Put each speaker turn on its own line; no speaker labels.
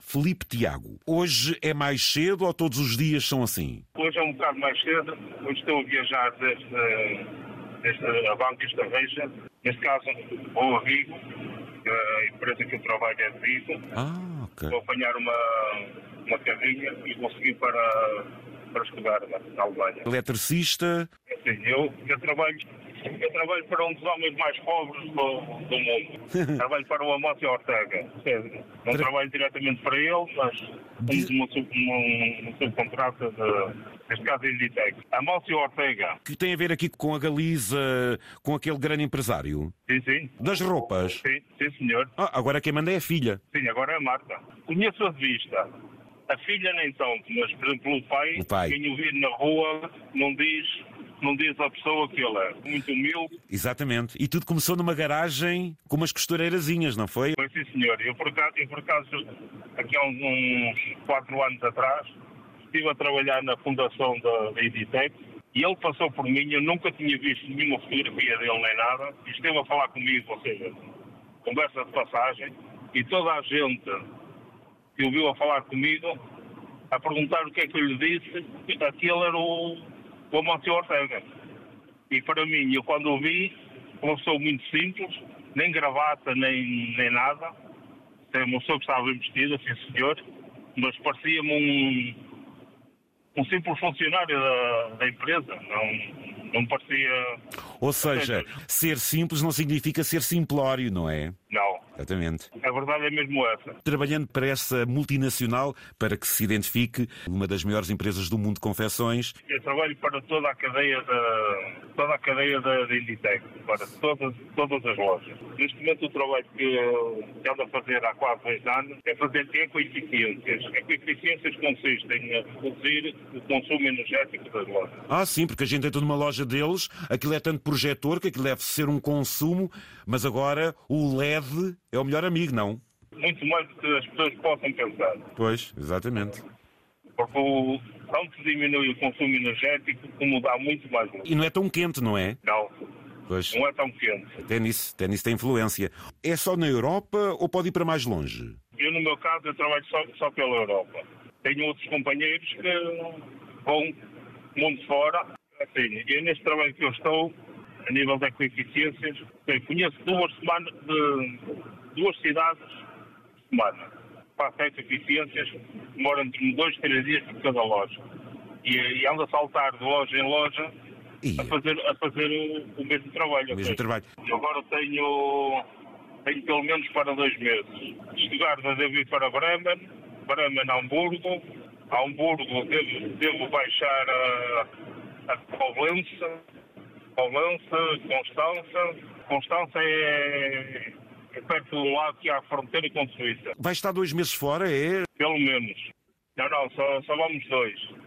Felipe Tiago. Hoje é mais cedo ou todos os dias são assim?
Hoje é um bocado mais cedo, hoje estou a viajar desde, desde a Banca Estarreja, neste caso vou a Vigo, a empresa que eu trabalho é de Vigo,
Ah, ok.
vou apanhar uma, uma carrinha e vou seguir para, para estudar na, na Alemanha.
Eletricista,
Sim, eu, eu, trabalho, eu trabalho para um dos homens mais pobres do, do mundo. trabalho para o Amácio Ortega. Sim, Não trabalho diretamente para ele, mas
Diz-
temos uma, sub- uma, uma subcontrata de. Neste caso, Inditex. Amácio Ortega.
que tem a ver aqui com a Galiza, com aquele grande empresário.
Sim, sim.
Das roupas.
Sim, sim, senhor.
Ah, agora quem manda é a filha.
Sim, agora é a Marta. Conheço a de vista. A filha nem tanto, mas por exemplo o pai,
O pai.
quem o vir na rua não diz, não diz a pessoa que ele é. Muito humilde,
Exatamente. E tudo começou numa garagem com umas costureirazinhas, não foi?
Pois sim, senhor. Eu por acaso, eu, por acaso aqui há uns, uns quatro anos atrás, estive a trabalhar na fundação da da Editec e ele passou por mim, eu nunca tinha visto nenhuma fotografia dele nem nada, e esteve a falar comigo, ou seja, conversa de passagem, e toda a gente que o viu a falar comigo, a perguntar o que é que eu lhe disse, aquele era o, o Amácio Ortega. E para mim, eu quando o vi, uma pessoa muito simples, nem gravata, nem, nem nada. É uma pessoa que estava bem vestida, sim senhor, mas parecia-me um, um simples funcionário da, da empresa. Não, não parecia.
Ou seja, ser simples não significa ser simplório, não é?
Não.
Exatamente.
A verdade é mesmo essa.
Trabalhando para essa multinacional, para que se identifique uma das maiores empresas do mundo de confecções,
Eu trabalho para toda a cadeia da toda a cadeia da, da Inditex, para todas, todas as lojas. Neste momento o trabalho que eu que ando a fazer há quase dois anos é fazer ecoeficiências. Ecoeficiências consistem em reduzir o consumo energético das lojas.
Ah, sim, porque a gente entra numa loja deles, aquilo é tanto projetor que aquilo deve ser um consumo, mas agora o LED é o melhor amigo, não?
Muito mais do que as pessoas possam pensar.
Pois, exatamente.
Porque o, tanto diminui o consumo energético como dá muito mais luz.
E não é tão quente, não é?
Não,
Pois,
não é tão quente.
até nisso, até nisso tem influência. É só na Europa ou pode ir para mais longe?
Eu, no meu caso, eu trabalho só, só pela Europa. Tenho outros companheiros que vão mundo fora. Assim, eu, neste trabalho que eu estou, a nível da ecoeficiências, eu conheço duas semanas de duas cidades por semana. Faço ecoeficiências, demora entre dois e três dias por cada loja. E, e ando a saltar de loja em loja
Ih,
a fazer, a fazer o, o mesmo trabalho.
o
ou
mesmo
seja,
trabalho.
eu agora tenho, tenho pelo menos para dois meses. Stuttgart devo ir para Bremen, Bremen a Hamburgo, a Hamburgo devo, devo baixar a, a Paulença, Paulença, Constança. Constança é, é perto de um lado que há a fronteira com a Suíça,
Vai estar dois meses fora, é?
pelo menos. Não, não, só, só vamos dois.